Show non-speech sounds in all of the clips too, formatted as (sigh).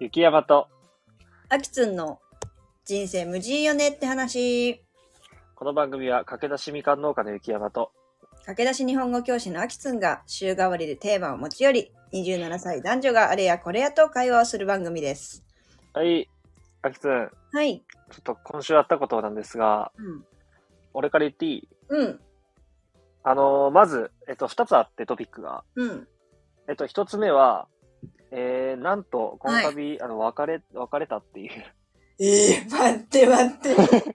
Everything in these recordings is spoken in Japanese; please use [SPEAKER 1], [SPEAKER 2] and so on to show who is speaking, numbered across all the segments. [SPEAKER 1] 雪山と、
[SPEAKER 2] あきつんの人生無人よねって話。
[SPEAKER 1] この番組は駆け出しみかん農家の雪山と、
[SPEAKER 2] 駆け出し日本語教師のあきつんが週替わりでテーマを持ち寄り、27歳男女があれやこれやと会話をする番組です。
[SPEAKER 1] はい、あきつん、
[SPEAKER 2] は
[SPEAKER 1] ち
[SPEAKER 2] い。
[SPEAKER 1] ょっと今週あったことなんですが、俺から言っていい
[SPEAKER 2] うん。うん。
[SPEAKER 1] あのーまず、えっと、二つあってトピックが。
[SPEAKER 2] うん。
[SPEAKER 1] えっと、一つ目は、えー、なんと、この度、あの、別れ、別れたっていう。
[SPEAKER 2] ええ待って待って。 (laughs) 待って待って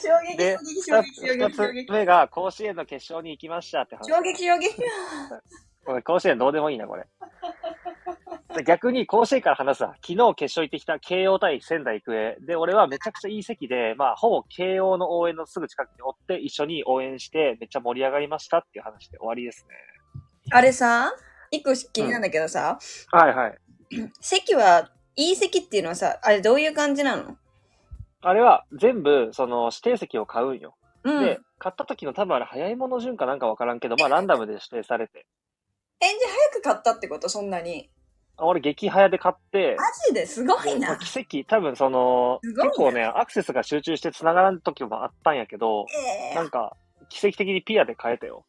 [SPEAKER 2] 衝撃
[SPEAKER 1] で
[SPEAKER 2] 衝
[SPEAKER 1] 二
[SPEAKER 2] 撃
[SPEAKER 1] つ
[SPEAKER 2] 衝撃衝撃衝
[SPEAKER 1] 二つ
[SPEAKER 2] 撃
[SPEAKER 1] 目が、甲子園の決勝に行きましたって話。
[SPEAKER 2] 衝撃衝撃
[SPEAKER 1] これ甲子園どうでもいいな、これ。で逆に甲子園から話すわ。昨日決勝行ってきた慶応対仙台育英。で、俺はめちゃくちゃいい席で、まあ、ほぼ慶応の応援のすぐ近くにおって、一緒に応援して、めっちゃ盛り上がりましたっていう話で終わりですね。
[SPEAKER 2] あれさ、一個気になるんだけどさ、
[SPEAKER 1] はいはい。
[SPEAKER 2] 席は、いい席っていうのはさ、あれどういう感じなの
[SPEAKER 1] あれは全部、その、指定席を買うんよ。
[SPEAKER 2] うん。え、じゃ
[SPEAKER 1] で、買った時の多分あれ、早いもの順かなんかわからんけど、まあ、ランダムで指定されて。
[SPEAKER 2] あ早く買ったってことそんなに。
[SPEAKER 1] あ俺、激早で買って
[SPEAKER 2] マ、ジですごい
[SPEAKER 1] まあ
[SPEAKER 2] な。
[SPEAKER 1] 奇跡、多分その、
[SPEAKER 2] すごいね
[SPEAKER 1] 結構ね、アクセスが集中して繋がらん時もあったんやけど、
[SPEAKER 2] ええ
[SPEAKER 1] なんか、奇跡的にピアで変えたよ。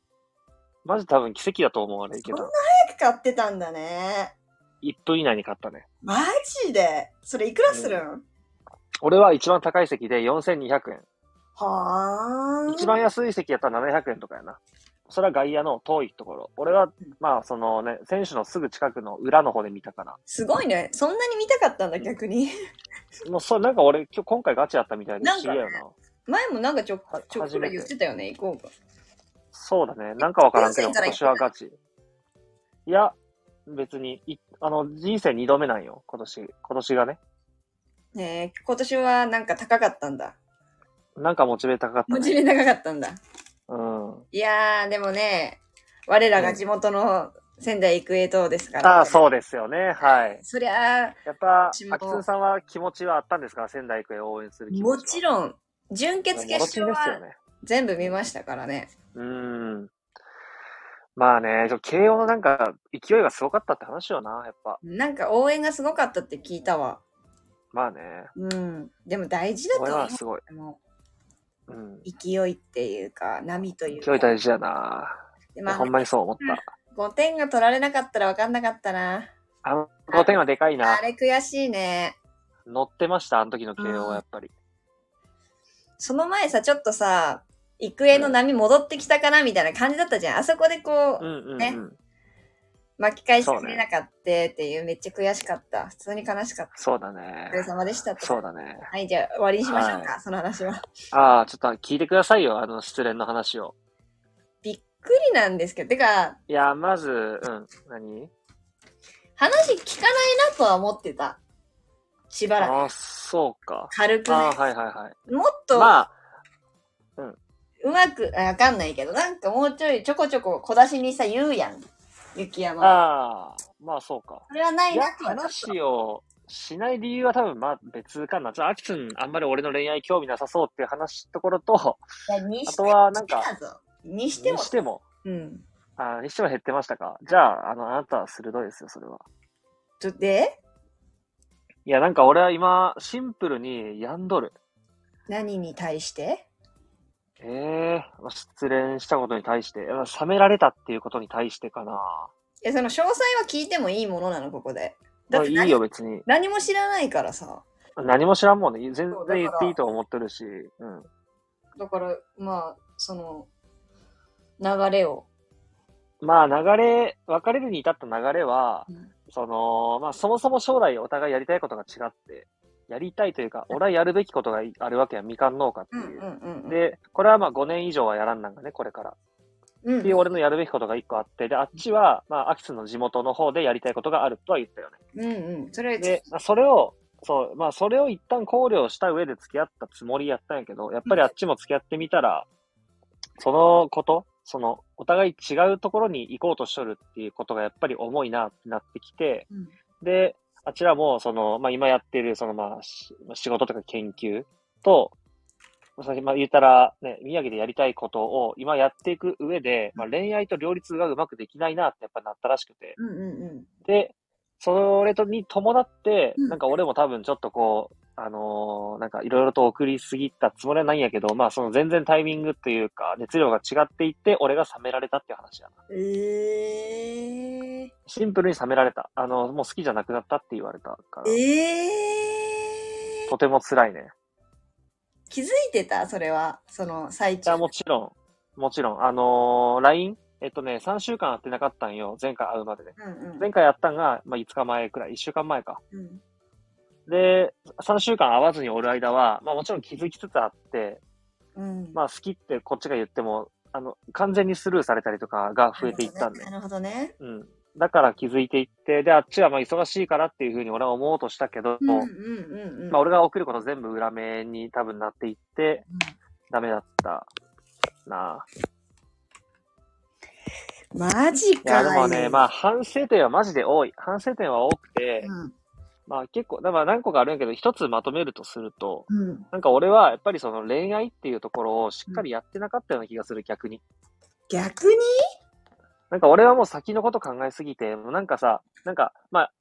[SPEAKER 1] マジ多分奇跡だと思われるけ
[SPEAKER 2] そん
[SPEAKER 1] ど
[SPEAKER 2] な、早く買ってたんだね。
[SPEAKER 1] 1分以内に買ったね。
[SPEAKER 2] マジでそれいくらするん、
[SPEAKER 1] 俺は一番高い席で4200円。
[SPEAKER 2] はあ。
[SPEAKER 1] 一番安い席やったら700円とかやな。それは外野の遠いところ。俺は、まあ、そのね、選手のすぐ近くの裏の方で見たから。
[SPEAKER 2] すごいね。そんなに見たかったんだ、逆に。 (laughs)
[SPEAKER 1] もう、そう、なんか俺、今日、今回ガチやったみたいで不
[SPEAKER 2] なん
[SPEAKER 1] 思議
[SPEAKER 2] か
[SPEAKER 1] や
[SPEAKER 2] ね
[SPEAKER 1] な。
[SPEAKER 2] 前もなんかちょ
[SPEAKER 1] は
[SPEAKER 2] ちょっ
[SPEAKER 1] 初
[SPEAKER 2] と
[SPEAKER 1] めて
[SPEAKER 2] 言ってたよね、行こうか。
[SPEAKER 1] そうだね。なんかわからんけど、
[SPEAKER 2] 人
[SPEAKER 1] 今
[SPEAKER 2] 生から
[SPEAKER 1] 年はガチ。いや、別に、いあの、人生二度目なんよ。今年、今年がね。
[SPEAKER 2] ねえ、今年はなんか高かったんだ。
[SPEAKER 1] なんかモチベー高かった
[SPEAKER 2] 文
[SPEAKER 1] ね。
[SPEAKER 2] 字に高かったんだ。
[SPEAKER 1] うん。
[SPEAKER 2] いやー、でもね、我らが地元の仙台育英党ですから。
[SPEAKER 1] ああ、そうですよね。はい。
[SPEAKER 2] そりゃあ、
[SPEAKER 1] やっぱ、
[SPEAKER 2] 私も
[SPEAKER 1] 秋津さんは気持ちはあったんですか仙台育英を応援する気持
[SPEAKER 2] も
[SPEAKER 1] ち。
[SPEAKER 2] ちろん、準決
[SPEAKER 1] で
[SPEAKER 2] 決
[SPEAKER 1] す
[SPEAKER 2] 勝
[SPEAKER 1] よ
[SPEAKER 2] は
[SPEAKER 1] ね。
[SPEAKER 2] 全部見ましたからね。
[SPEAKER 1] うーん。まあね、ちょ慶応のなんか、勢いがすごかったって話よな、やっぱ。
[SPEAKER 2] なんか応援がすごかったって聞いたわ。
[SPEAKER 1] まあね、
[SPEAKER 2] うん。でも大事だと
[SPEAKER 1] 応援
[SPEAKER 2] 思う
[SPEAKER 1] は。すごい。
[SPEAKER 2] あの
[SPEAKER 1] うん。
[SPEAKER 2] 勢いっていうか波というか
[SPEAKER 1] 勢い大事やな。
[SPEAKER 2] でまあ
[SPEAKER 1] ほんまにそう思っ
[SPEAKER 2] うん
[SPEAKER 1] た。
[SPEAKER 2] 5点が取られなかったら分かんなかったな
[SPEAKER 1] あの5点はでかいな
[SPEAKER 2] あ。れ悔しいね
[SPEAKER 1] 乗ってました、あの時の慶応はやっぱり。
[SPEAKER 2] その前さちょっとさ育英の波戻ってきたかなみたいな感じだったじゃんあそこでこ
[SPEAKER 1] う
[SPEAKER 2] うん
[SPEAKER 1] うんうん。
[SPEAKER 2] ね巻き返してくれなかったっていうめっちゃ悔しかった普通に悲しかっ
[SPEAKER 1] そうだ
[SPEAKER 2] た
[SPEAKER 1] ね
[SPEAKER 2] お疲。れ様でしたって
[SPEAKER 1] そうだね。
[SPEAKER 2] はいじゃあ終わりにしましょうか、
[SPEAKER 1] は
[SPEAKER 2] その話は
[SPEAKER 1] ああ、ちょっと聞いてくださいよ、あの失恋の話を。
[SPEAKER 2] びっくりなんですけどてか
[SPEAKER 1] いや、まず、うん、何
[SPEAKER 2] 話聞かないなとは思ってたしばらく
[SPEAKER 1] ああ、そうか。
[SPEAKER 2] 軽くね
[SPEAKER 1] ああ、はいはいはい。
[SPEAKER 2] もっと、
[SPEAKER 1] まあ、
[SPEAKER 2] うまく、あわかんないけど、なんかもうちょいちょこちょこ小出しにさ、言うやん。雪山。
[SPEAKER 1] ああ、まあそうか。
[SPEAKER 2] それはないい
[SPEAKER 1] や
[SPEAKER 2] なって、はちょっと
[SPEAKER 1] 話をしない理由は多分まあ別かな。ちょっとアキツン、あんまり俺の恋愛興味なさそうっていう話ところと、
[SPEAKER 2] いやにして
[SPEAKER 1] あとはなんか
[SPEAKER 2] だぞにして
[SPEAKER 1] に
[SPEAKER 2] も。
[SPEAKER 1] しても、
[SPEAKER 2] うん。
[SPEAKER 1] あにしても減ってましたか。じゃあ、あの、あなたは鋭いですよ、それは。
[SPEAKER 2] とで、
[SPEAKER 1] いや、なんか俺は今、シンプルに病んどる。
[SPEAKER 2] 何に対して
[SPEAKER 1] ええまあ失恋したことに対して、まあ冷められたっていうことに対してかな。
[SPEAKER 2] え、その詳細は聞いてもいいものなの、ここで。だ
[SPEAKER 1] まあ
[SPEAKER 2] って
[SPEAKER 1] い
[SPEAKER 2] 何,、
[SPEAKER 1] いよ、別に。
[SPEAKER 2] 何も知らないからさ。
[SPEAKER 1] 何も知らんもんね。全然
[SPEAKER 2] そうだから
[SPEAKER 1] 言っていいと思ってるし。うん。
[SPEAKER 2] だから、まあ、その、流れを。
[SPEAKER 1] まあ流れ、別れるに至った流れは、
[SPEAKER 2] うん
[SPEAKER 1] その、まあそもそも将来お互いやりたいことが違って、やりたいというか、俺はやるべきことがいあるわけや、みかん農家って
[SPEAKER 2] うんう
[SPEAKER 1] い
[SPEAKER 2] ん
[SPEAKER 1] う。
[SPEAKER 2] うん。
[SPEAKER 1] で、これはまあ5年以上はやらんなんかね、これから。
[SPEAKER 2] うん、
[SPEAKER 1] っていう俺のやるべきことが1個あって、で、あっちは、まあ、アキスの地元の方でやりたいことがあるとは言ったよね。
[SPEAKER 2] うんうん。それ
[SPEAKER 1] で、まあそれを、そう、まあそれを一旦考慮した上で付き合ったつもりやったんやけど、やっぱりあっちも付き合ってみたら、そのこと、その、お互い違うところに行こうとしとるっていうことがやっぱり重いなってなってきて、
[SPEAKER 2] うん
[SPEAKER 1] で、あちらも、その、まあ今やってる、そのまあし仕事とか研究と、まあさっきまあ言ったら、ね、宮城でやりたいことを今やっていく上で、まあ恋愛と両立がうまくできないなってやっぱなったらしくて、
[SPEAKER 2] うんうんうん。
[SPEAKER 1] で、それとに伴って、
[SPEAKER 2] うん
[SPEAKER 1] なんか俺も多分ちょっとこう、あのーなんかいろいろと送りすぎたつもりはないんやけど、まあその全然タイミングっていうか、熱量が違っていって、俺が冷められたっていう話やな。
[SPEAKER 2] えー、
[SPEAKER 1] シンプルに冷められた。あの、もう好きじゃなくなったって言われたから、
[SPEAKER 2] えー、
[SPEAKER 1] とても辛いね。
[SPEAKER 2] 気づいてたそれは、その最
[SPEAKER 1] じゃ
[SPEAKER 2] 中。
[SPEAKER 1] あもちろん、もちろん、あのー LINE? えっとね、3週間会ってなかったんよ。前回会うまでね。
[SPEAKER 2] うんうん
[SPEAKER 1] 前回会ったんが、まあ、5日前くらい、1週間前か。
[SPEAKER 2] うん
[SPEAKER 1] で、3週間会わずにおる間は、まあもちろん気づきつつあって、
[SPEAKER 2] うん
[SPEAKER 1] まあ好きってこっちが言っても、あの、完全にスルーされたりとかが増えていったんで。
[SPEAKER 2] なるほどね。
[SPEAKER 1] うん。だから気づいていって、で、あっちはまあ忙しいからっていうふうに俺は思おうとしたけど、
[SPEAKER 2] うんうんうんうん。
[SPEAKER 1] まあ俺が送ること全部裏目に多分なっていって、ダメだったなあ
[SPEAKER 2] うんマジ
[SPEAKER 1] い
[SPEAKER 2] か
[SPEAKER 1] や、
[SPEAKER 2] い。
[SPEAKER 1] でもね、まあ反省点はマジで多い。反省点は多くて、
[SPEAKER 2] うん
[SPEAKER 1] まあ結構、だから何個かあるんやけど、一つまとめるとすると、
[SPEAKER 2] うん。
[SPEAKER 1] なんか俺はやっぱりその恋愛っていうところをしっかりやってなかったような気がする、逆に。
[SPEAKER 2] 逆に
[SPEAKER 1] なんか俺はもう先のこと考えすぎて、もうなんかさ、なんか、まあ、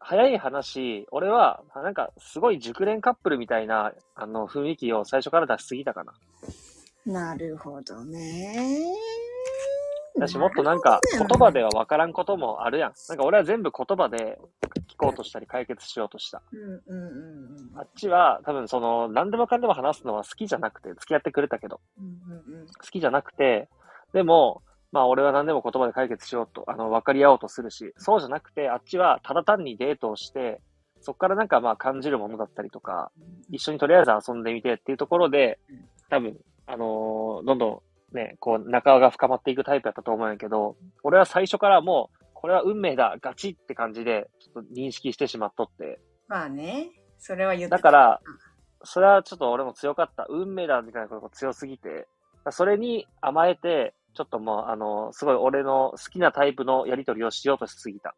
[SPEAKER 1] 早い話、俺は、なんかすごい熟練カップルみたいな、あの、雰囲気を最初から出しすぎたかな。
[SPEAKER 2] なるほどね。
[SPEAKER 1] だし、もっとなんか、
[SPEAKER 2] なる
[SPEAKER 1] 言
[SPEAKER 2] ほど
[SPEAKER 1] 葉では分からんこともあるやん。なんか俺は全部言葉で聞こうとしたり解決しようとした。
[SPEAKER 2] うんうんうんうん
[SPEAKER 1] あっちは、多分その、何でもかんでも話すのは好きじゃなくて、付き合ってくれたけど、
[SPEAKER 2] うんうんうん。
[SPEAKER 1] 好きじゃなくて、でも、まあ俺は何でも言葉で解決しようと、あの、分かり合おうとするし、そうじゃなくて、あっちはただ単にデートをして、そこからなんかまあ感じるものだったりとか、一緒にとりあえず遊んでみてっていうところで
[SPEAKER 2] うん、
[SPEAKER 1] 多分、あのーどんどんね、こう、仲が深まっていくタイプやったと思うんやけど、俺は最初からもう、これは運命だ、ガチって感じで、ちょっと認識してしまっとって。
[SPEAKER 2] まあね、それは言って
[SPEAKER 1] だから、それはちょっと俺も強かった。運命だみたいなことが強すぎて。それに甘えて、ちょっともう、あのーすごい俺の好きなタイプのやりとりをしようとしすぎた。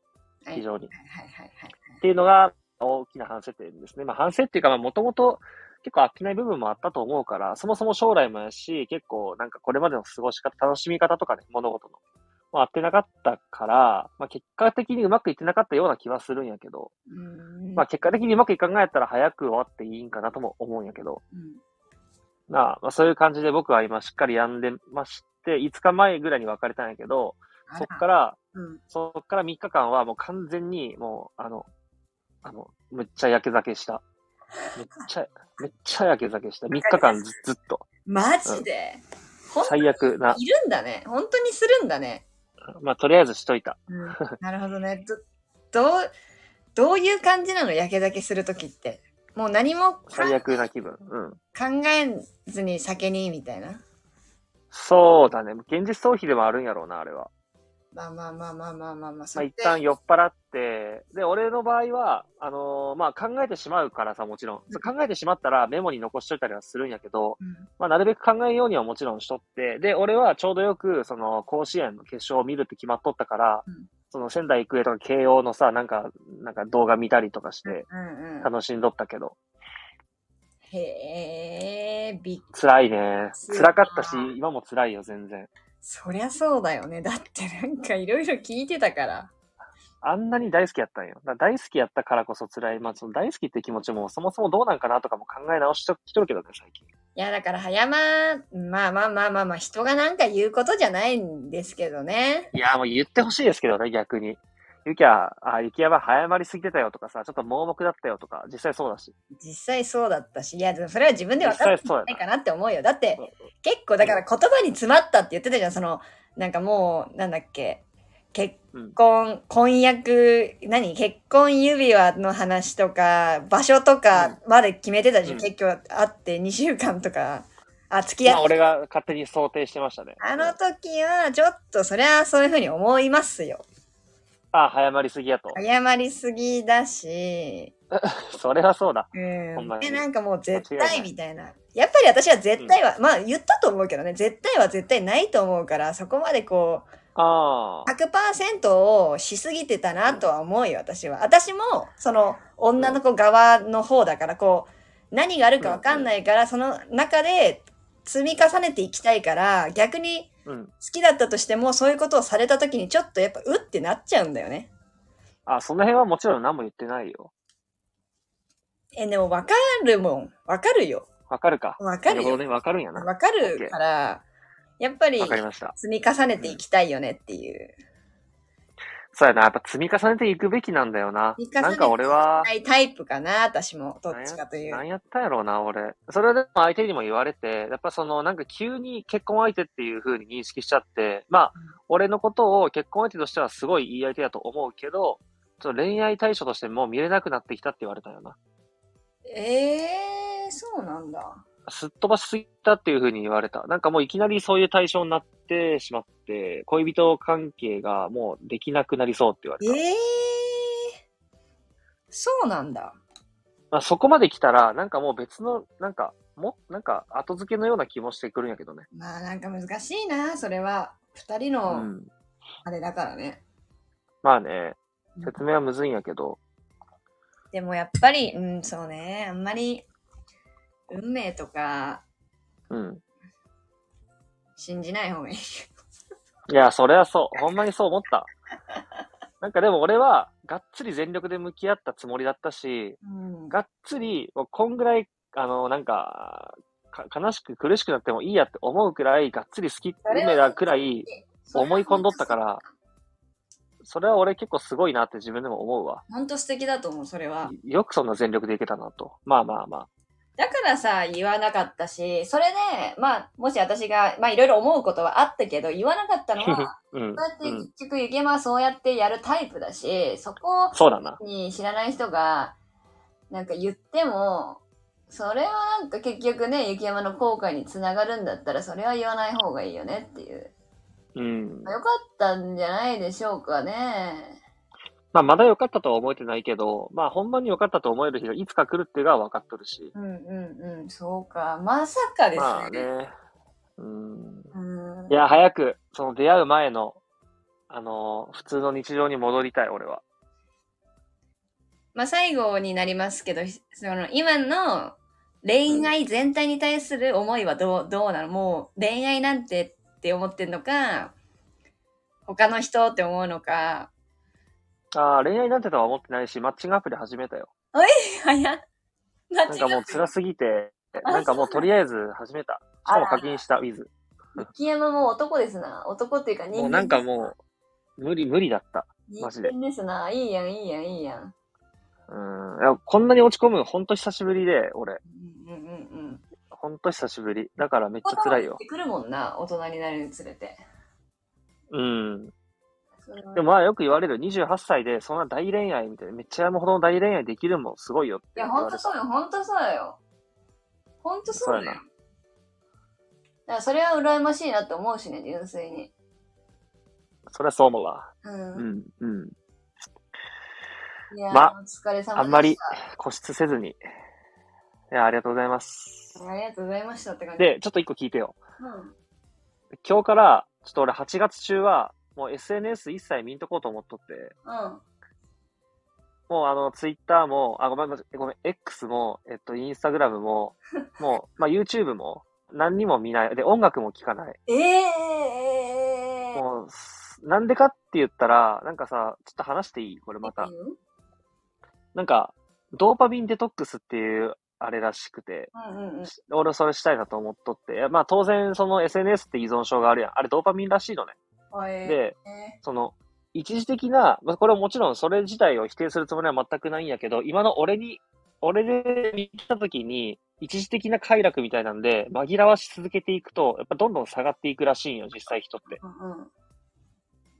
[SPEAKER 2] ら
[SPEAKER 1] 非常に。
[SPEAKER 2] はいはいはいはい。
[SPEAKER 1] っていうのが大きな反省点ですね。まあ反省っていうか、まあもともと結構飽きない部分もあったと思うから、そもそも将来もやし、結構なんかこれまでの過ごし方、楽しみ方とかね、物事の。まあ合ってなかったから、まあ結果的にうまくいってなかったような気はするんやけど、
[SPEAKER 2] うん
[SPEAKER 1] まあ結果的にうまくいかんがやったら早く終わっていいんかなとも思うんやけど、
[SPEAKER 2] うん
[SPEAKER 1] まあまあそういう感じで僕は今しっかり病んでまして、5日前ぐらいに別れたんやけど、そっか、
[SPEAKER 2] あ
[SPEAKER 1] ら、
[SPEAKER 2] うん
[SPEAKER 1] そっから3日間はもう完全にもう、あの、あの、むっちゃ焼け酒した。めっちゃ、めっちゃ焼け酒した。3日間ずずっと。
[SPEAKER 2] マジで、ほん
[SPEAKER 1] 最悪な。
[SPEAKER 2] いるんだね。本当にするんだね。
[SPEAKER 1] まあ、とりあえずしといた。
[SPEAKER 2] うん、なるほどね。ど、どう、どういう感じなの焼け酒するときって。もう何もか
[SPEAKER 1] 最悪な気分。うん。
[SPEAKER 2] 考えずに酒にみたいな。
[SPEAKER 1] そうだね。現実逃避でもあるんやろうな、あれは。
[SPEAKER 2] まあまあまあまあまあまあまあ、
[SPEAKER 1] ま
[SPEAKER 2] そ
[SPEAKER 1] あ、
[SPEAKER 2] う
[SPEAKER 1] 一旦酔っ払って、で、俺の場合は、あのーまあ、考えてしまうからさ、もちろん。考えてしまったらメモに残しといたりはするんやけど、
[SPEAKER 2] うん
[SPEAKER 1] まあ、なるべく考えようにはもちろんしとって、で、俺はちょうどよく、その、甲子園の決勝を見るって決まっとったから、
[SPEAKER 2] うん
[SPEAKER 1] その、仙台育英とか慶応のさ、なんか、なんか動画見たりとかして、
[SPEAKER 2] うんうん。
[SPEAKER 1] 楽しんどったけど、
[SPEAKER 2] へえ、びっ
[SPEAKER 1] 辛いね。
[SPEAKER 2] 辛いな
[SPEAKER 1] 辛かったし、今も辛いよ、全然。
[SPEAKER 2] そりゃそうだよね。だってなんかいろいろ聞いてたから。
[SPEAKER 1] あんなに大好きやったんよ。だから大好きやったからこそ辛い。まあ、その大好きって気持ちもそもそもどうなんかなとかも考え直しときとるけどね、最近。
[SPEAKER 2] いやだから早ま、まあまあまあまあまあ人がなんか言うことじゃないんですけどね。
[SPEAKER 1] いや、もう言ってほしいですけどね、逆に。ゆきは、あ、雪山早まりすぎてたよとかさ、ちょっと盲目だったよとか、実際そうだし。
[SPEAKER 2] 実際そうだったし、いやでもそれは自分で
[SPEAKER 1] 実
[SPEAKER 2] 分かっ
[SPEAKER 1] 際
[SPEAKER 2] て
[SPEAKER 1] そうや
[SPEAKER 2] ない
[SPEAKER 1] な
[SPEAKER 2] かなって思うよ。だって
[SPEAKER 1] そう
[SPEAKER 2] 結構だから言葉に詰まったって言ってたじゃん。そのなんかもうなんだっけ。結婚、婚約、何結婚指輪の話とか、場所とかまで決めてたし、
[SPEAKER 1] うん
[SPEAKER 2] 結局あって2週間とか、あ、付き合っ
[SPEAKER 1] まあ、俺が勝手に想定してましたね。
[SPEAKER 2] あの時は、ちょっとそりゃそういうふうに思いますよ。
[SPEAKER 1] あ、早まりすぎやと。
[SPEAKER 2] 謝りすぎだし、
[SPEAKER 1] それはそうだ。
[SPEAKER 2] う
[SPEAKER 1] ほんま
[SPEAKER 2] ん。
[SPEAKER 1] に
[SPEAKER 2] で、なんかもう絶
[SPEAKER 1] 間違い
[SPEAKER 2] 対
[SPEAKER 1] ない
[SPEAKER 2] みたいな。やっぱり私は絶対は、まあ言ったと思うけどね、絶対は絶対ないと思うから、そこまでこう、
[SPEAKER 1] ああ。
[SPEAKER 2] 100%をしすぎてたなとは思うよ、私は。私も、その、女の子側の方だから、こう、何があるかわかんないから、その中で積み重ねていきたいから、逆に、
[SPEAKER 1] うん。
[SPEAKER 2] 好きだったとしてもそういうことをされた時にちょっとやっぱうってなっちゃうんだよね。
[SPEAKER 1] あ、その辺はもちろん何も言ってないよ。
[SPEAKER 2] え、でもわかるもん。わかるよ。
[SPEAKER 1] わかるか。
[SPEAKER 2] わか
[SPEAKER 1] な
[SPEAKER 2] る
[SPEAKER 1] るほど
[SPEAKER 2] よ。
[SPEAKER 1] ね、わかるんやな。
[SPEAKER 2] わかるから、やっぱり
[SPEAKER 1] わかりました。
[SPEAKER 2] 積み重ねていきたいよねっていう。
[SPEAKER 1] そうやな、やっぱ積み重ねていくべきなんだよな
[SPEAKER 2] 積み。重ねて
[SPEAKER 1] なんか俺は、
[SPEAKER 2] はい、タイプかな、私も。どっちかという
[SPEAKER 1] なん。やったやろうな、俺。それはでも相手にも言われて、やっぱその、なんか急に結婚相手っていう風に認識しちゃって、まあ
[SPEAKER 2] うん、
[SPEAKER 1] 俺のことを結婚相手としてはすごいいい相手だと思うけど、ちょっと恋愛対象としてもう見れなくなってきたって言われたよな。
[SPEAKER 2] えー、そうなんだ。
[SPEAKER 1] すっ飛ばしすぎたっていう風に言われた。なんかもういきなりそういう対象になってしまって、恋人関係がもうできなくなりそうって言わ
[SPEAKER 2] え
[SPEAKER 1] れた。
[SPEAKER 2] ー、そうなんだ。
[SPEAKER 1] まあ、そこまで来たら、なんかもう別の、なんか、も、なんか後付けのような気もしてくるんやけどね。
[SPEAKER 2] まあなんか難しいな、それは。二人
[SPEAKER 1] う
[SPEAKER 2] の
[SPEAKER 1] ん。
[SPEAKER 2] あれだからね。
[SPEAKER 1] まあね、説明はむずいんやけど、
[SPEAKER 2] でもやっぱり、うん、そうね、あんまり運命とか
[SPEAKER 1] うん。
[SPEAKER 2] 信じない方がいい。
[SPEAKER 1] いや、それはそう。ほんまにそう思った。なんかでも俺は、がっつり全力で向き合ったつもりだったし、
[SPEAKER 2] うん、
[SPEAKER 1] がっつり、もうこんぐらい、あの、なんか、か悲しく苦しくなってもいいやって思うくらい、がっつり好き、
[SPEAKER 2] それは。
[SPEAKER 1] 運命だくらい思い込んどったからら、それは俺結構すごいなって自分でも思うわ。
[SPEAKER 2] ほんと素敵だと思う、それは。
[SPEAKER 1] よくそんな全力でいけたなと。まあまあまあ。
[SPEAKER 2] だからさ、言わなかったし、それで、まあ、もし私が、まあ、いろいろ思うことはあったけど、言わなかったのは、
[SPEAKER 1] うん
[SPEAKER 2] そうやって
[SPEAKER 1] うん
[SPEAKER 2] 結局、ゆげまはそうやってやるタイプだし、そこ
[SPEAKER 1] そうだな。
[SPEAKER 2] に知らない人が、なんか言っても、それはなんか結局ね、雪山の後悔につながるんだったら、それは言わない方がいいよねっていう。
[SPEAKER 1] うん。
[SPEAKER 2] まあよかったんじゃないでしょうかね。
[SPEAKER 1] まあ、まだ良かったとは思えてないけど、まあ、ほんまに良かったと思える日がいつか来るっていうのは分かっとるし。
[SPEAKER 2] うんうんうん、そうか。まさかですね。
[SPEAKER 1] まあね。うん。
[SPEAKER 2] うん
[SPEAKER 1] いや、早く、その出会う前の、あのー普通の日常に戻りたい、俺は。
[SPEAKER 2] まあ、最後になりますけど、ひその今の恋愛全体に対する思いはどうどうなのもう恋愛なんてって思ってんのか、他の人って思うのか、
[SPEAKER 1] ああ、恋愛なんてとは思ってないし、マッチングアプリ始めたよ。
[SPEAKER 2] 早っ。間
[SPEAKER 1] なんかもう辛すぎて、なんかもうとりあえず始めた。しかも課金した、ウィズ。
[SPEAKER 2] 雪山も男ですな。男っていうか人間
[SPEAKER 1] もうなんかもう、無理、無理だった。
[SPEAKER 2] 人
[SPEAKER 1] マジで
[SPEAKER 2] 間ですな。いいやん、いいやん、いいやん。
[SPEAKER 1] うん。いやこんなに落ち込む、ほんと久しぶりで、俺。
[SPEAKER 2] うんうんうんうん。
[SPEAKER 1] ほんと久しぶり。だからめっちゃ辛いよ
[SPEAKER 2] 言っ。てくるもんな、大人になるにつれて。
[SPEAKER 1] うん。
[SPEAKER 2] それは
[SPEAKER 1] でもまあよく言われる28歳でそんな大恋愛みたいな、めっちゃ山ほどの大恋愛できるもんすごいよって
[SPEAKER 2] い
[SPEAKER 1] 言
[SPEAKER 2] や、
[SPEAKER 1] わ
[SPEAKER 2] ほん
[SPEAKER 1] れ
[SPEAKER 2] と
[SPEAKER 1] た。
[SPEAKER 2] そうよ、ほんとそうよ。ほんとそう
[SPEAKER 1] そ
[SPEAKER 2] だよ。
[SPEAKER 1] うや
[SPEAKER 2] だ
[SPEAKER 1] な
[SPEAKER 2] からそれは羨ましいなって思うしね、純粋に。
[SPEAKER 1] そりゃそう思うわ。
[SPEAKER 2] うん。
[SPEAKER 1] うん、うん。
[SPEAKER 2] いやー、
[SPEAKER 1] ま
[SPEAKER 2] お疲れ様でした。
[SPEAKER 1] あんまり固執せずに。いや、ありがとうございます。
[SPEAKER 2] ありがとうございましたって感じ。
[SPEAKER 1] で、ちょっと一個聞いてよ。
[SPEAKER 2] うん、
[SPEAKER 1] 今日から、ちょっと俺8月中は、もう SNS 一切見んとこうと思っとって、
[SPEAKER 2] うん。
[SPEAKER 1] もうあの、Twitter も、あ、ごめん、ごめんごめん、X も、えっと、Instagram (laughs) も、もう、まあ YouTube も、何にも見ない。で、音楽も聴かない。
[SPEAKER 2] ええー。
[SPEAKER 1] もうす、なんでかって言ったら、なんかさ、ちょっと話していいこれまた
[SPEAKER 2] いい。よ
[SPEAKER 1] なんか、ドーパミンデトックスっていう、あれらしくて、
[SPEAKER 2] うんうんうん。
[SPEAKER 1] し俺それしたいなと思っとって、いやまあ当然その SNS って依存症があるやん。あれドーパミンらしいのね。
[SPEAKER 2] あえー、
[SPEAKER 1] で、
[SPEAKER 2] え
[SPEAKER 1] その、一時的な、まあこれはもちろんそれ自体を否定するつもりは全くないんやけど、今の俺に、俺で見た時に、一時的な快楽みたいなんで、紛らわし続けていくと、やっぱどんどん下がっていくらしいんよ、実際人って。
[SPEAKER 2] ーうんうん。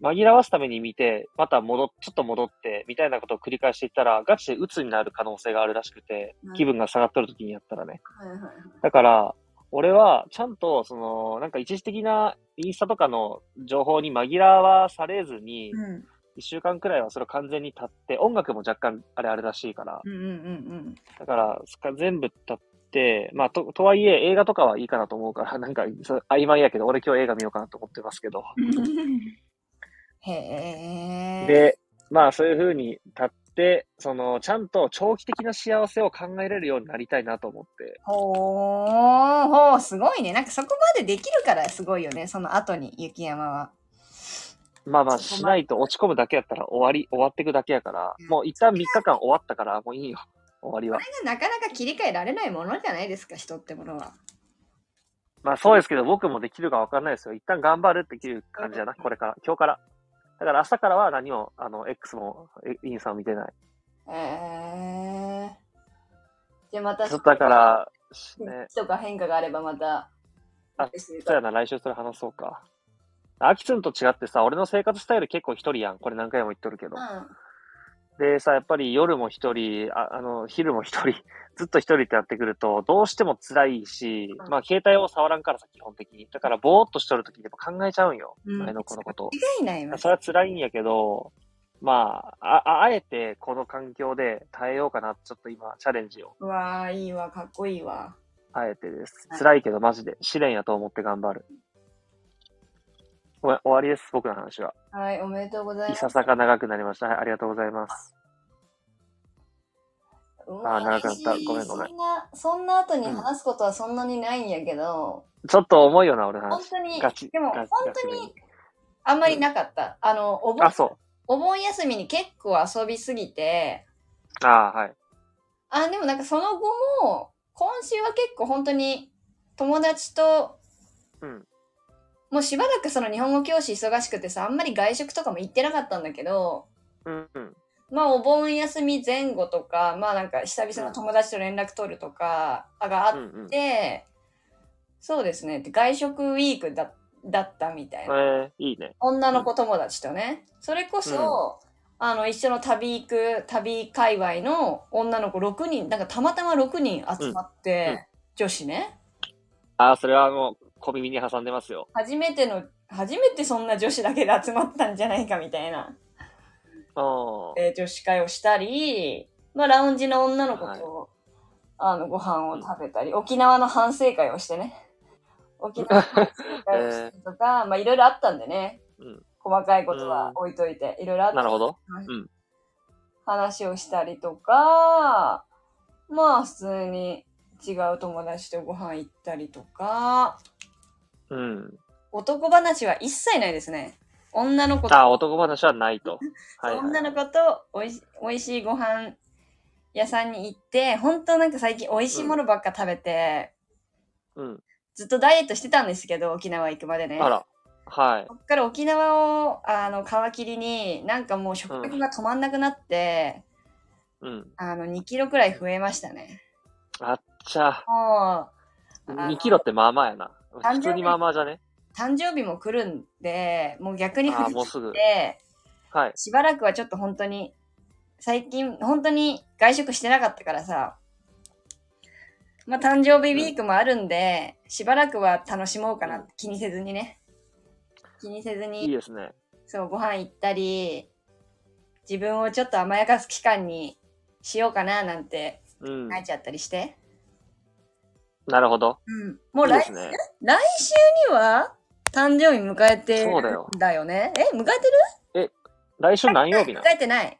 [SPEAKER 1] 紛らわすために見て、また戻っ、ちょっと戻って、みたいなことを繰り返していったら、ガチで鬱になる可能性があるらしくて
[SPEAKER 2] うん、
[SPEAKER 1] 気分が下がっとる時にやったらね。
[SPEAKER 2] はいはいはい。
[SPEAKER 1] だから、俺は、ちゃんと、その、なんか一時的なインスタとかの情報に紛らわされずに、
[SPEAKER 2] うん
[SPEAKER 1] 一週間くらいはそれを完全に立って、音楽も若干、あれあれらしいから、
[SPEAKER 2] うんうんうん
[SPEAKER 1] だから、すか全部立って、まあ、と、とはいえ、映画とかはいいかなと思うから、 (laughs) なんか、そう曖昧やけど、俺今日映画見ようかなと思ってますけど。
[SPEAKER 2] うん。へえ。、
[SPEAKER 1] で、まあそういう風に立って、その、ちゃんと長期的な幸せを考えれるようになりたいなと思って。
[SPEAKER 2] ほー、ほー、すごいね。なんかそこまでできるからすごいよね、その後に雪山は。
[SPEAKER 1] まあまあ、しないと落ち込むだけやったら終わり、終わってくだけやから、もう一旦3日間終わったから、もういいよ。終わりは。
[SPEAKER 2] なかなか切り替えられないものじゃないですか、人ってものは。
[SPEAKER 1] まあそうですけど、僕もできるかわかんないですよ。一旦頑張るっていう感じだな、これから、今日から。だから朝からは何も、あの、X も、えインスタも見てない。
[SPEAKER 2] えー。じゃあまた、
[SPEAKER 1] ちょっとだか、ら、ね、
[SPEAKER 2] とか変化があればまた、
[SPEAKER 1] あそうやな、来週それ話そうか。アキツンと違ってさ、俺の生活スタイル結構一人やん。これ何回も言っとるけど。でさ、やっぱり夜も一人、ああの、昼も一人、 (laughs) ずっと一人ってやってくると、どうしても辛いし、
[SPEAKER 2] うん
[SPEAKER 1] まあ携帯を触らんからさ、基本的に。だから、ぼーっとしとるときでも考えちゃうんよ。
[SPEAKER 2] うん
[SPEAKER 1] 前の子のことを。
[SPEAKER 2] 間違いないわ。
[SPEAKER 1] それは辛いんやけど、まあ、あ、あえてこの環境で耐えようかな、ちょっと今、チャレンジを。
[SPEAKER 2] うわー、いいわ、かっこいいわ。
[SPEAKER 1] あえてです。辛いけど、マジで。試練やと思って頑張る。ごめん終わりです、僕の話は。
[SPEAKER 2] はい、おめでとうござい
[SPEAKER 1] い
[SPEAKER 2] ます。
[SPEAKER 1] ささか長くなりました。はい、ありがとうございます。あー長くなったごめんごめん
[SPEAKER 2] そんな、そんな後に話すことはそんなにないんやけど、
[SPEAKER 1] ちょっと重いよな、俺の
[SPEAKER 2] 本
[SPEAKER 1] 話。
[SPEAKER 2] 当に、
[SPEAKER 1] ガチ
[SPEAKER 2] でも
[SPEAKER 1] ガ
[SPEAKER 2] 本
[SPEAKER 1] チ
[SPEAKER 2] 当
[SPEAKER 1] ガチ
[SPEAKER 2] に、あんまりなかった。あの、お盆
[SPEAKER 1] あ、そ
[SPEAKER 2] お盆休みに結構遊びすぎて、
[SPEAKER 1] う。あーはい。
[SPEAKER 2] あ、でもなんかその後も、今週は結構本当に友達と、
[SPEAKER 1] うん。
[SPEAKER 2] もうしばらくその日本語教師忙しくてさ、あんまり外食とかも行ってなかったんだけど、
[SPEAKER 1] うん、うん。
[SPEAKER 2] まあお盆休み前後とか、まあなんか久々の友達と連絡取るとか、あがあ
[SPEAKER 1] うん
[SPEAKER 2] っ
[SPEAKER 1] うん。
[SPEAKER 2] て、そうですね、で外食ウィークだだったみたいな。
[SPEAKER 1] えー、いいね。
[SPEAKER 2] 女の子友達とね、それこそ、あの一緒の旅行く旅界隈の女の子6人なんかたまたま6人集まって、
[SPEAKER 1] うんうん
[SPEAKER 2] 女子ね
[SPEAKER 1] あーそれはもう、小耳に挟んでますよ。
[SPEAKER 2] 初めての初めてそんな女子だけで集まったんじゃないかみたいな、
[SPEAKER 1] うん。
[SPEAKER 2] えー女子会をしたり、まあ、ラウンジの女の子と、
[SPEAKER 1] はい
[SPEAKER 2] あのご飯を食べたり、沖縄の反省会をしてね
[SPEAKER 1] (laughs)
[SPEAKER 2] 沖縄の反省会をしたりとか、まあいろいろあったんでね、
[SPEAKER 1] うん
[SPEAKER 2] 細かいことは置いといて、いろいろあったん
[SPEAKER 1] な
[SPEAKER 2] で
[SPEAKER 1] るほど。
[SPEAKER 2] 話をしたりとか、まあ普通に違う友達とご飯行ったりとか、
[SPEAKER 1] うん。
[SPEAKER 2] 男話は一切ないですね。女の子と、
[SPEAKER 1] あー男話はない
[SPEAKER 2] (laughs)
[SPEAKER 1] と。はい、はい。
[SPEAKER 2] 女の子とおいしおいしいご飯屋さんに行って、本当なんか最近おいしいものばっか食べて、
[SPEAKER 1] うん。
[SPEAKER 2] ずっとダイエットしてたんですけど、沖縄行くまでね。
[SPEAKER 1] あら。はい。
[SPEAKER 2] そっから沖縄をあの皮切りになんかもう食欲が止まんなくなって、
[SPEAKER 1] うん。
[SPEAKER 2] あの2キロくらい増えましたね。
[SPEAKER 1] あっちゃ。
[SPEAKER 2] もう、あの
[SPEAKER 1] 2キロってまあまあやな。
[SPEAKER 2] 誕生日
[SPEAKER 1] 普通にまあまあじゃね。
[SPEAKER 2] 誕生日も来るんで、もう逆に
[SPEAKER 1] あ
[SPEAKER 2] 振
[SPEAKER 1] ー
[SPEAKER 2] り
[SPEAKER 1] もう
[SPEAKER 2] 切
[SPEAKER 1] すぐ
[SPEAKER 2] っ。て、
[SPEAKER 1] はい。
[SPEAKER 2] しばらくはちょっと本当に、最近本当に外食してなかったからさ、まあ誕生日ウィークもあるんで、しばらくは楽しもうかな、
[SPEAKER 1] うん
[SPEAKER 2] 気にせずにね。気にせず
[SPEAKER 1] いい
[SPEAKER 2] に、
[SPEAKER 1] ですね。
[SPEAKER 2] そう、ご飯行ったり、自分をちょっと甘やかす期間にしようかななんて
[SPEAKER 1] うん
[SPEAKER 2] 考。えちゃったりして。
[SPEAKER 1] なるほど。
[SPEAKER 2] うん。もう
[SPEAKER 1] いいで
[SPEAKER 2] 来
[SPEAKER 1] すね。
[SPEAKER 2] 来週には誕生日迎えてる
[SPEAKER 1] そうだよ
[SPEAKER 2] んだよね。え、迎えてる
[SPEAKER 1] 来週何曜日な
[SPEAKER 2] (laughs) 迎
[SPEAKER 1] の
[SPEAKER 2] えてない。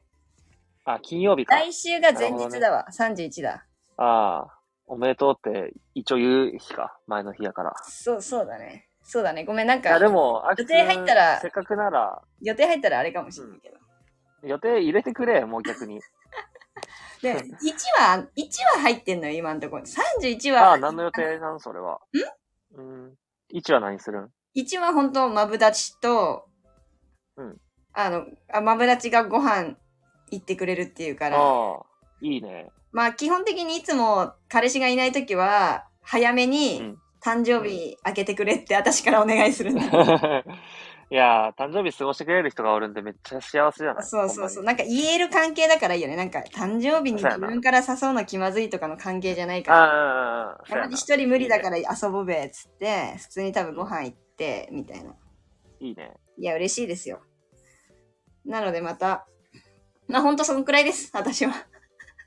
[SPEAKER 1] あ、金曜日か。
[SPEAKER 2] 来週が前日だわ。31だ。
[SPEAKER 1] ああ、おめでとうって一応言う日か。前の日やから。
[SPEAKER 2] そう、そうだね。そうだね。ごめん、なん
[SPEAKER 1] いや、
[SPEAKER 2] か
[SPEAKER 1] でも、
[SPEAKER 2] 予定入ったら
[SPEAKER 1] あきつんせっかくなら、
[SPEAKER 2] 予定入ったらあれかもしれないけど。
[SPEAKER 1] 予定入れてくれ、もう逆
[SPEAKER 2] (laughs)
[SPEAKER 1] に。
[SPEAKER 2] で、1は、
[SPEAKER 1] (laughs)
[SPEAKER 2] 一は入ってんのよ、今のところ。31
[SPEAKER 1] ああ、
[SPEAKER 2] は、
[SPEAKER 1] 何の予定なのそれは。んうん。1は何するん
[SPEAKER 2] 1は本当マブダチと、
[SPEAKER 1] うん
[SPEAKER 2] あの、あマブダチがご飯行ってくれるっていうから、
[SPEAKER 1] ああ、いいね。 (laughs)
[SPEAKER 2] まあ基本的にいつも彼氏がいないときは、早め
[SPEAKER 1] う
[SPEAKER 2] に
[SPEAKER 1] ん
[SPEAKER 2] 誕生日明けてくれって私からお願いするんだ。
[SPEAKER 1] いやー、誕生日過ごしてくれる人がおるんでめっちゃ幸せじゃない
[SPEAKER 2] そうそうそ
[SPEAKER 1] ほ
[SPEAKER 2] う。
[SPEAKER 1] んま
[SPEAKER 2] なんか言える関係だからいいよね。なんか誕生日に
[SPEAKER 1] そうや
[SPEAKER 2] 自
[SPEAKER 1] な
[SPEAKER 2] 分から誘うの気まずいとかの関係じゃない
[SPEAKER 1] に
[SPEAKER 2] から。
[SPEAKER 1] ああ、
[SPEAKER 2] た
[SPEAKER 1] そう
[SPEAKER 2] ま
[SPEAKER 1] や
[SPEAKER 2] に
[SPEAKER 1] な
[SPEAKER 2] 一人無理だから遊ぼうべっつって、普通に多分ご飯行って、みたいな。
[SPEAKER 1] いいね。
[SPEAKER 2] いや、嬉しいですよ。なのでまた、まあほんとそんくらいです。私は。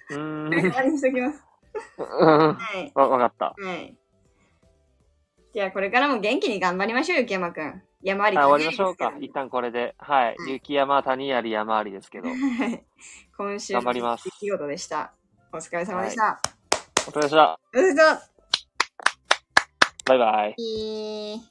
[SPEAKER 1] うーん。
[SPEAKER 2] 終 (laughs) わりにしときます。
[SPEAKER 1] うん (laughs)
[SPEAKER 2] はい。
[SPEAKER 1] わわかった。
[SPEAKER 2] はい。じゃあこれからも元気に頑張りましょう、雪山くん。山あり
[SPEAKER 1] あ、終わり
[SPEAKER 2] 谷あ
[SPEAKER 1] ま
[SPEAKER 2] です
[SPEAKER 1] しょうか。
[SPEAKER 2] け
[SPEAKER 1] 一旦これで。はい。雪山、谷あり、山ありですけど。
[SPEAKER 2] どはい今週
[SPEAKER 1] 頑張ります
[SPEAKER 2] 出来事でした。お疲れ様でした。
[SPEAKER 1] お疲れ様でした。
[SPEAKER 2] うそ
[SPEAKER 1] バイバイ。
[SPEAKER 2] いい